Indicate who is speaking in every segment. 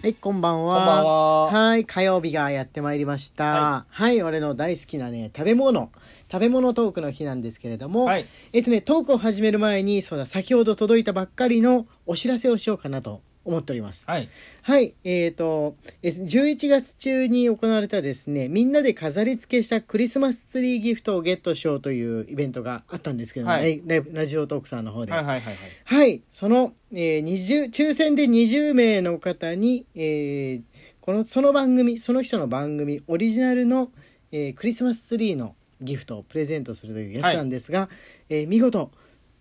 Speaker 1: はい、こんばんは。
Speaker 2: こんばんは
Speaker 1: はい、火曜日がやってまいりました。はい、俺の大好きなね、食べ物。食べ物トークの日なんですけれども、
Speaker 2: はい
Speaker 1: えっとね、トークを始める前に、そうだ、先ほど届いたばっかりのお知らせをしようかなと思っております。
Speaker 2: はい。
Speaker 1: はい、えー、と、え11月中に行われたですね、みんなで飾り付けしたクリスマスツリーギフトをゲットしようというイベントがあったんですけども、
Speaker 2: はい
Speaker 1: ライライブラジオトークさんの方で。
Speaker 2: はいはいはいはい。
Speaker 1: はい、その、えー、20抽選で20名の方に、えーこのその番組その人の番組オリジナルの、えークリスマスツリーのギフトをプレゼントするというやつなんですが、えー見事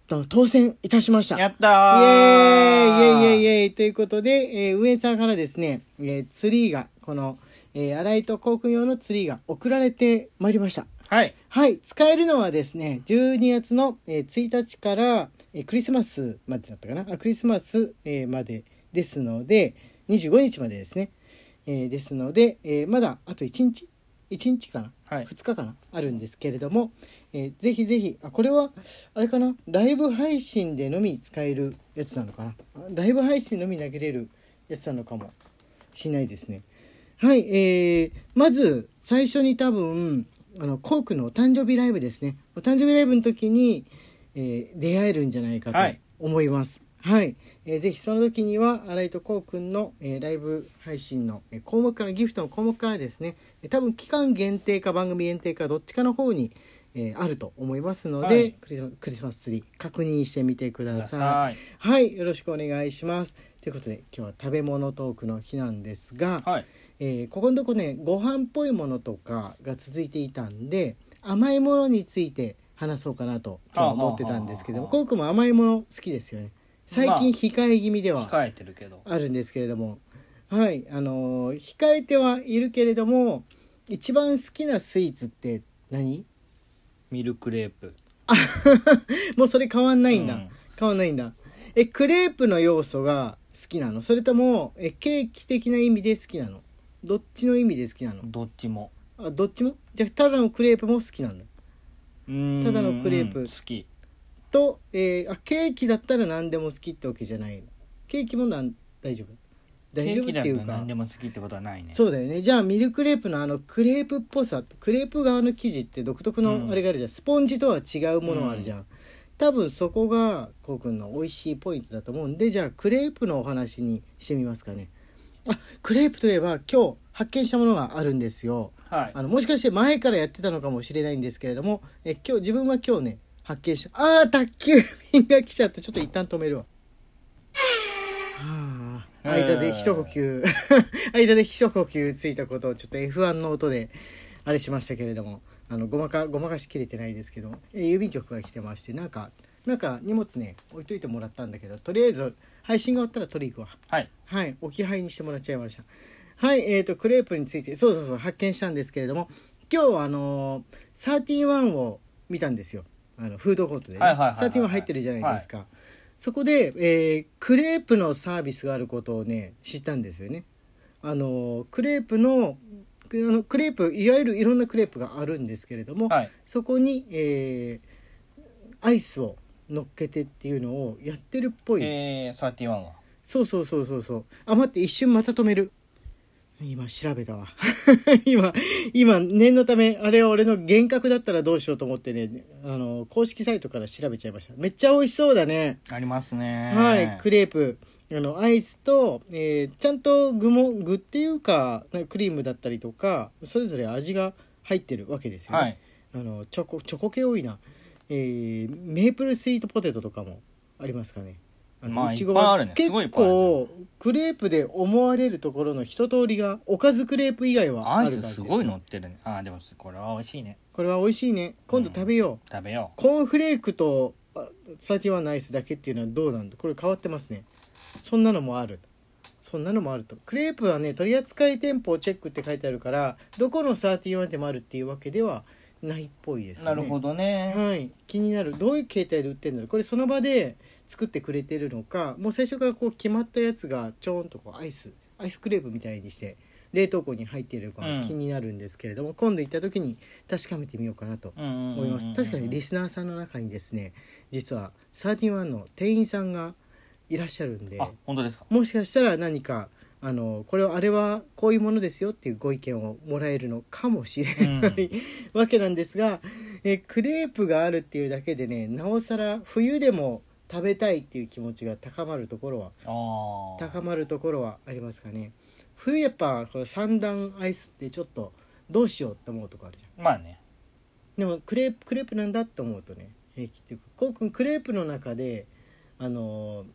Speaker 1: と当選いたしました。
Speaker 2: やっ
Speaker 1: イエーイイエ
Speaker 2: たー
Speaker 1: ーイイエーイイエーイということで、えー、運営さんからですね、えーツリーがこの、えー、新井と幸君用のツリーが送られてまいりました
Speaker 2: はい。
Speaker 1: はい使えるのはですね12月の、えー1日から、えークリスマスまでだったかなあクリスマス、えーまでですので25日までですね、えーですので、えーまだあと1日1日かな
Speaker 2: はい。
Speaker 1: 2日かなあるんですけれども、えーぜひぜひあこれはあれかなライブ配信でのみ使えるやつなのかなあライブ配信のみ投げれるやつなのかもしないですねはいえー、まず最初に多分あのコークのお誕生日ライブですねお誕生日ライブの時に、えー出会えるんじゃないかと
Speaker 2: はい
Speaker 1: 思いますはい、えーぜひその時には新井とこうくんの、えーライブ配信の、えー項目からギフトの項目からですね、えー多分期間限定か番組限定かどっちかの方に、えーあると思いますので、
Speaker 2: はい
Speaker 1: クリスマクリスマスツリー確認してみてください
Speaker 2: は
Speaker 1: はいよろしくお願いしますということで今日は食べ物トークの日なんですが、
Speaker 2: い。はい。
Speaker 1: えーここのとこねご飯っぽいものとかが続いていたんで甘いものについて話そうかなと今日は思ってたんですけども
Speaker 2: はあはあ
Speaker 1: コウ君も甘いもの好きですよね最近控え気味では
Speaker 2: 控えてるけど。
Speaker 1: あるんですけれどもはいあのー控えてはいるけれども一番好きなスイーツって何
Speaker 2: ミルクレープ。
Speaker 1: もうそれ変わんないんだ、
Speaker 2: うん
Speaker 1: 変わんないんだえクレープの要素が好きなのそれともえケーキ的な意味で好きなのどっちの意味で好きなの
Speaker 2: どっちも。
Speaker 1: あどっちもじゃあただのクレープも好きなんだ
Speaker 2: うーん
Speaker 1: ただのクレープ
Speaker 2: うん好き。
Speaker 1: と、えーあケーキだったら何でも好きってわけじゃないケーキもなん大丈夫大丈夫っていう
Speaker 2: ケーキだと
Speaker 1: か
Speaker 2: 何でも好きってことはないね。
Speaker 1: そうだよねじゃあミルクレープのあのクレープっぽさクレープ側の生地って独特
Speaker 2: う
Speaker 1: の
Speaker 2: ん
Speaker 1: あれがあるじゃん、スポンジとは違うものがあるじゃん、多分そこがこうくんの美味しいポイントだと思うんでじゃあクレープのお話にしてみますかねあクレープといえば今日発見したものがあるんですよ
Speaker 2: はい
Speaker 1: あ。のもしかして前からやってたのかもしれないんですけれどもえ今日自分は今日ね発見したあー宅急便が来ちゃってちょっと一旦止めるわはあ間で一呼吸 間で一呼吸ついたことをちょっと F1 の音であれしましたけれどもあのごまかごまかしきれてないですけどえ郵便局が来てましてなんかなんか荷物ね置いといてもらったんだけどとりあえず配信が終わったら取り行くわ
Speaker 2: はい。
Speaker 1: はい、置き配にしてもらっちゃいました。はい、えっ、と、クレープについて、そうそうそう、発見したんですけれども、今日はあのー、サーティワンを見たんですよ。あの、フードコートでね。
Speaker 2: はいはいはいはい
Speaker 1: サーティワン入ってるじゃないですか。そこで、えークレープのサービスがあることをね、知ったんですよね。あのー、クレープの、あのクレープいわゆるいろんなクレープがあるんですけれども、
Speaker 2: はい。
Speaker 1: そこに、えーアイスを乗っけてっていうのをやってるっぽい、
Speaker 2: えー、サーティワンは。
Speaker 1: そうそうそうそうそうあ待って一瞬また止める今調べたわ 今今念のためあれは俺の幻覚だったらどうしようと思ってねあの公式サイトから調べちゃいましためっちゃ美味しそうだね、
Speaker 2: ありますね。
Speaker 1: はいクレープあのアイスと、えーちゃんと具も具っていうかなんかクリームだったりとかそれぞれ味が入ってるわけですよね、
Speaker 2: はい。
Speaker 1: あのチョコチョコ系多いな、えーメープルスイートポテトとかもありますかねの
Speaker 2: まあ
Speaker 1: いちご
Speaker 2: いっぱい
Speaker 1: は
Speaker 2: あるね
Speaker 1: 結
Speaker 2: すごいいっぱいある
Speaker 1: 構クレープで思われるところの一通りがおかずクレープ以外はあ
Speaker 2: ア
Speaker 1: る
Speaker 2: イ
Speaker 1: 感じ
Speaker 2: ス
Speaker 1: です
Speaker 2: すごい乗ってるね。あー、でもこれは美味しいね。
Speaker 1: これは美味しいね今度食べよう、
Speaker 2: 食べよ
Speaker 1: コーンフレークとあサティワンのアイスだけっていうのはどうなんだこれ変わってますねそんなのもあるそんなのもあるとクレープはね取扱店舗をチェックって書いてあるからどこのサーティワンでもあるっていうわけではないっぽいです
Speaker 2: う。
Speaker 1: ね
Speaker 2: なるほどね。
Speaker 1: はい、気になるどういう形態で売ってるんだろうこれその場で作ってくれてるのかもう最初からこう決まったやつがちょーんとこうアイスアイスクレープみたいにして冷凍庫に入っているの
Speaker 2: う
Speaker 1: が
Speaker 2: ん
Speaker 1: 気になるんですけれども、今度行った時に確かめてみようかなと
Speaker 2: うんうんうんうん。
Speaker 1: 思います、確かにリスナーさんの中にですね実はサーティワンの店員さんがいらっしゃるんで
Speaker 2: あ、本当ですか。
Speaker 1: もしかしたら何かああのこれはあれはこういうものですよっていうご意見をもらえるのかもしれない、わけなんですがえクレープがあるっていうだけでねなおさら冬でも食べたいっていう気持ちが高まるところは
Speaker 2: あー
Speaker 1: 高まるところはありますかね冬やっぱこの三段アイスってちょっとどうしようって思うとこあるじゃん
Speaker 2: まあね
Speaker 1: でもクレープクレープなんだって思うとね平気っていうかこうくんクレープの中であのー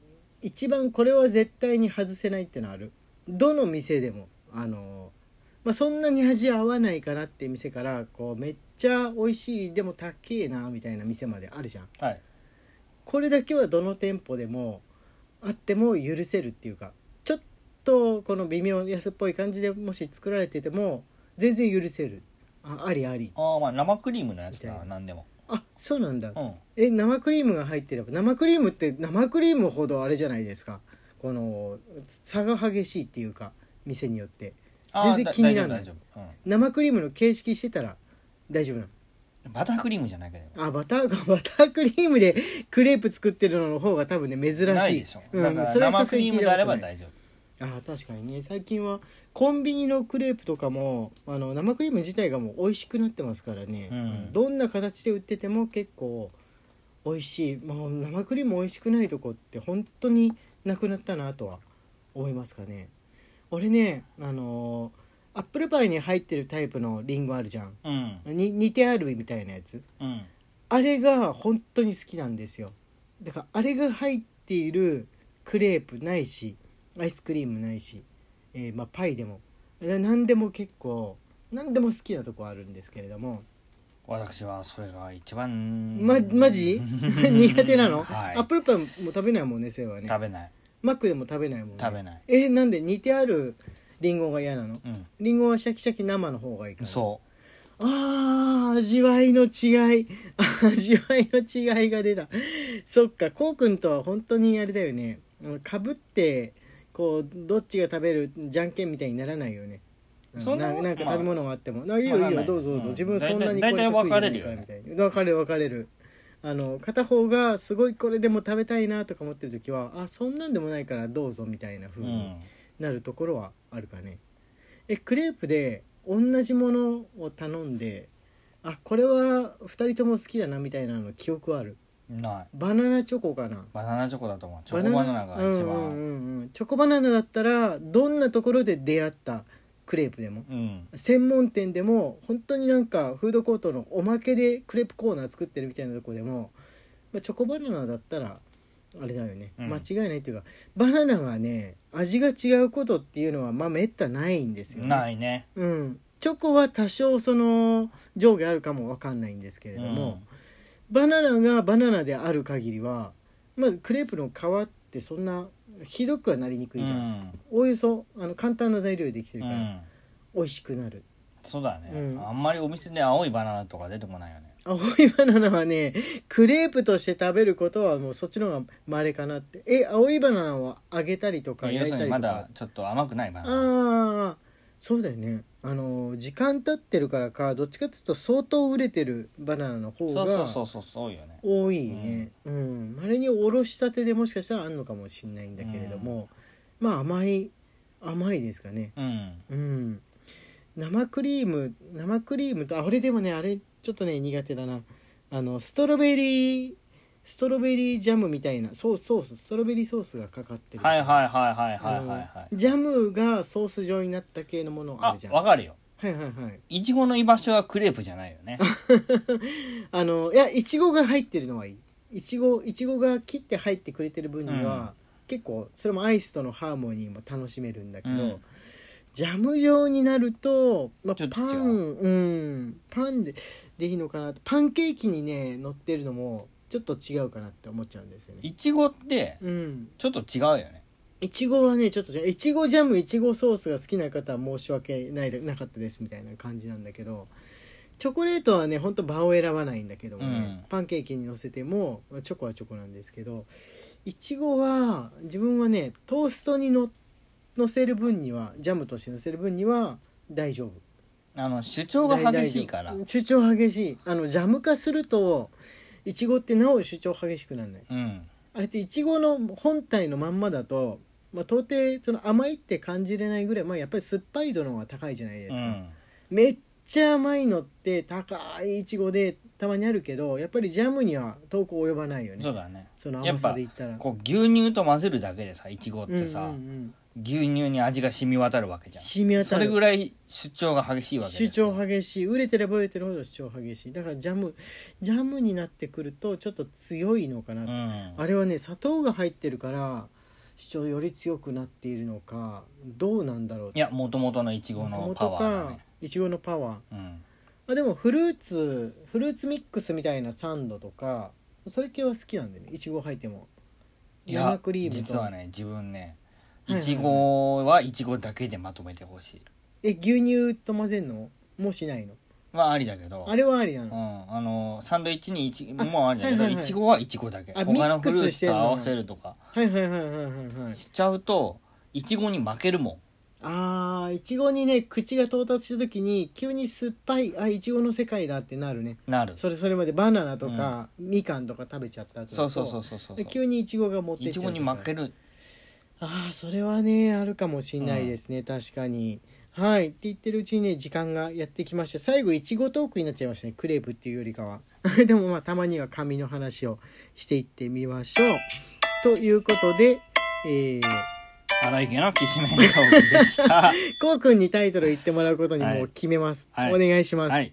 Speaker 1: 一番これは絶対に外せないってのあるどの店でもあのーまあ、そんなに味合わないかなって店からこうめっちゃ美味しいでも高えなみたいな店まであるじゃん
Speaker 2: はい
Speaker 1: これだけはどの店舗でもあっても許せるっていうかちょっとこの微妙安っぽい感じでもし作られてても全然許せるあありあり
Speaker 2: ああまあ生クリームのやつ
Speaker 1: みた
Speaker 2: だ
Speaker 1: い
Speaker 2: 何でも
Speaker 1: あそうなんだ、
Speaker 2: うん
Speaker 1: え生クリームが入ってれば生クリームって生クリームほどあれじゃないですかこの差が激しいっていうか店によって
Speaker 2: あ
Speaker 1: 全
Speaker 2: ー
Speaker 1: 然
Speaker 2: だ
Speaker 1: 気にならない
Speaker 2: 大丈夫大丈夫
Speaker 1: 生クリームの形式してたら大丈夫なの
Speaker 2: うんバタークリームじゃなければ
Speaker 1: あバター バタークリームでクレープ作ってるのの方が多分ね珍しい
Speaker 2: ないでしょ、
Speaker 1: うん
Speaker 2: だから
Speaker 1: それはさ
Speaker 2: 生
Speaker 1: す
Speaker 2: ク
Speaker 1: がに
Speaker 2: リー
Speaker 1: 聞い
Speaker 2: ムで
Speaker 1: たこ
Speaker 2: あれ
Speaker 1: と
Speaker 2: ば
Speaker 1: ない
Speaker 2: 大丈夫
Speaker 1: あー確かにね最近はコンビニのクレープとかもあの生クリーム自体がもう美味しくなってますからね、
Speaker 2: うん
Speaker 1: どんな形で売ってても結構美味しい、まあ、生クリーム美味しくないとこって本当になくなったなとは思いますかね俺ねあのーアップルパイに入ってるタイプのリンゴあるじゃん
Speaker 2: うん
Speaker 1: に似てあるみたいなやつ
Speaker 2: うん
Speaker 1: あれが本当に好きなんですよだからあれが入っているクレープないしアイスクリームないし、えーまあ、パイでもな何でも結構何でも好きなとこあるんですけれども
Speaker 2: 私はそれが一番
Speaker 1: まマ ジ苦手なの、
Speaker 2: はい
Speaker 1: アップルパイも食べないもんねせいはね
Speaker 2: 食べない
Speaker 1: マックでも食べないもんね
Speaker 2: 食べない
Speaker 1: えーなんで似てあるリンゴが嫌なの
Speaker 2: う
Speaker 1: リンゴはシャキシャキ生の方がいいか
Speaker 2: ん
Speaker 1: ら
Speaker 2: そ
Speaker 1: あー味わいの違い 味わいの違いが出たそっかこうくんとは本当にあれだよねかぶってこうどっちが食べるじゃんけんみたいにならないよね
Speaker 2: そんな
Speaker 1: ななんか
Speaker 2: まあ
Speaker 1: 食べ物があっても、ないいよ
Speaker 2: まあ
Speaker 1: いいよ
Speaker 2: まあ
Speaker 1: どうぞどうぞ、
Speaker 2: うん
Speaker 1: 自分そんなに
Speaker 2: 大体
Speaker 1: これ得意じゃ
Speaker 2: 大体分かれる
Speaker 1: な
Speaker 2: よ
Speaker 1: い
Speaker 2: ね
Speaker 1: からみたいな分かれる分かれるあの片方がすごいこれでも食べたいなとか思ってる時はあそんなんでもないからどうぞみたいな
Speaker 2: う、
Speaker 1: 風
Speaker 2: う
Speaker 1: に、
Speaker 2: ん、
Speaker 1: なるところはあるかねえクレープで同じものを頼んであこれは2人とも好きだなみたいなの記憶はある
Speaker 2: ない
Speaker 1: バナナチョコかな
Speaker 2: バナナチョコだと思うチョコバナナが
Speaker 1: うん
Speaker 2: 一
Speaker 1: うん
Speaker 2: 番
Speaker 1: うんうんチョコバナナだったらどんなところで出会ったクレープでも
Speaker 2: うん
Speaker 1: 専門店でも本当になんかフードコートのおまけでクレープコーナー作ってるみたいなとこでも、まあ、チョコバナナだったらあれだよね、
Speaker 2: うん
Speaker 1: 間違いないというかバナナがね味が違うことっていうのはまあめったないんですよね。
Speaker 2: ないね
Speaker 1: うん、チョコは多少その上下あるかもわかんないんですけれども、バナナがバナナである限りはまずクレープの皮ってそんなひどくはなりにく
Speaker 2: う
Speaker 1: いじゃん、
Speaker 2: ん
Speaker 1: おおよそあの簡単な材料でできて
Speaker 2: う
Speaker 1: るから
Speaker 2: ん
Speaker 1: 美味しくなる。
Speaker 2: そうだね、
Speaker 1: うん
Speaker 2: あんまりお店で青いバナナとか出てこないよね
Speaker 1: 青いバナナはねクレープとして食べることはもうそっちの方がまれかなってえ青いバナナは揚げたりとか
Speaker 2: 要
Speaker 1: 焼い
Speaker 2: す
Speaker 1: た
Speaker 2: る
Speaker 1: り
Speaker 2: に
Speaker 1: と
Speaker 2: ま
Speaker 1: か、
Speaker 2: だちょっと甘くないバ
Speaker 1: あ
Speaker 2: ナナ
Speaker 1: あそうだよねあの時間経ってるからかどっちかっていうと相当売れてるバナナの方
Speaker 2: そうそうそ
Speaker 1: が
Speaker 2: うそうそうよね
Speaker 1: 多いねうんまれ、稀におろしたてでもしかしたらあんのかもしれないんだけれども、まあ甘い甘いですかね
Speaker 2: うん
Speaker 1: うん生クリーム生クリームとあ俺でもねあれちょっとね苦手だなあのストロベリーストロベリージャムみたいなソースソースストロベリーソースがかかってる
Speaker 2: はいはいはいはいはい
Speaker 1: あ
Speaker 2: はい
Speaker 1: の
Speaker 2: はい
Speaker 1: ジャムがソース状になった系のものあ
Speaker 2: あ
Speaker 1: るじゃん
Speaker 2: わかるよ
Speaker 1: はいはいはい
Speaker 2: いちごの居場所はクレープじゃないよ ね
Speaker 1: あのいやいちごが入ってるのはいいいちごいちごが切って入ってくれてる分には、
Speaker 2: うん
Speaker 1: 結構それもアイスとのハーモニーも楽しめるんだけど、
Speaker 2: うん
Speaker 1: ジャム状になると、まあ、
Speaker 2: ちょっと
Speaker 1: パ
Speaker 2: 違
Speaker 1: ン
Speaker 2: う
Speaker 1: うんパンででいいのかなパンケーキにね乗ってるのもちょっと違うかなって思っちゃうんですよね
Speaker 2: いちごって
Speaker 1: うん
Speaker 2: ちょっと違うよね
Speaker 1: いちごはねちょっと違ういちごジャムいちごソースが好きな方は申し訳ないでなかったですみたいな感じなんだけどチョコレートはねほんと場を選ばないんだけどもね、
Speaker 2: うん
Speaker 1: パンケーキにのせてもまあチョコはチョコなんですけどいちごは自分はねトーストにののせる分にはジャムとしてのせる分には大丈夫
Speaker 2: あの主張が激しいから
Speaker 1: 大丈夫主張激しいあのジャム化するといちごってなお主張激しくならない
Speaker 2: うん
Speaker 1: あれっていちごの本体のまんまだとまあ、到底その甘いって感じれないぐらい、まあ、やっぱり酸っぱい度の方が高いじゃないです
Speaker 2: う
Speaker 1: か、
Speaker 2: ん
Speaker 1: めっちゃ甘いのって高いいちごでたまにあるけどやっぱりジャムには遠く及ばないよね
Speaker 2: そうだね
Speaker 1: その甘さで言ったら
Speaker 2: こう牛乳と混ぜるだけでさいちごってさ、
Speaker 1: うんうんうん
Speaker 2: 牛乳に味が染み渡るわけじゃん
Speaker 1: 染み渡
Speaker 2: そ
Speaker 1: る
Speaker 2: れぐらい主張が激しいわけです
Speaker 1: 主
Speaker 2: よ
Speaker 1: 張激しい売れてれば売れてるほど主張激しいだからジャムジャムになってくるとちょっと強いのかな、
Speaker 2: うん
Speaker 1: あれはね砂糖が入ってるから主張より強くなっているのかどうなんだろう
Speaker 2: いやもともとのいちごのパワーだね
Speaker 1: いちごのパワー
Speaker 2: うん
Speaker 1: あでもフルーツフルーツミックスみたいなサンドとかそれ系は好きなんだよねいちご入っても
Speaker 2: いや
Speaker 1: 生クリームと
Speaker 2: 実はね自分ね
Speaker 1: はい
Speaker 2: い
Speaker 1: はい
Speaker 2: ちごはいちごだけでまとめてほしい
Speaker 1: え牛乳と混ぜんのもうしないの
Speaker 2: まあありだけど
Speaker 1: あれはありな
Speaker 2: う
Speaker 1: の
Speaker 2: ん、あのサンドイッチにいち
Speaker 1: あ
Speaker 2: もうあれだけど、
Speaker 1: はいは
Speaker 2: い
Speaker 1: いはい
Speaker 2: ちごはいちごだけ
Speaker 1: あ
Speaker 2: 他のフル
Speaker 1: ミックス
Speaker 2: ー
Speaker 1: し
Speaker 2: ツ
Speaker 1: てん
Speaker 2: と
Speaker 1: の
Speaker 2: 合わせるとか
Speaker 1: はいはいはいはいはいはい
Speaker 2: しちゃうといちごに負けるも
Speaker 1: あーいちごにね口が到達した時に急に酸っぱいあいちごの世界だってなるね
Speaker 2: んなる
Speaker 1: それそれまでバナナとか、みかんとか食べちゃった
Speaker 2: そうそうそううそうそう
Speaker 1: で急にいちごが持ってっ
Speaker 2: い
Speaker 1: ち
Speaker 2: ち
Speaker 1: ゃうと
Speaker 2: ご
Speaker 1: か
Speaker 2: に負ける
Speaker 1: ああそれはねあるかもしれないですね、確かにはいって言ってるうちにね時間がやってきました最後いちごトークになっちゃいましたねクレープっていうよりかは でもまあたまには紙の話をしていってみましょうということでえー、
Speaker 2: 荒井家のきしめんトークでした
Speaker 1: こうくんにタイトル言ってもらうことにもう決めます、
Speaker 2: はい
Speaker 1: お願いします、
Speaker 2: はい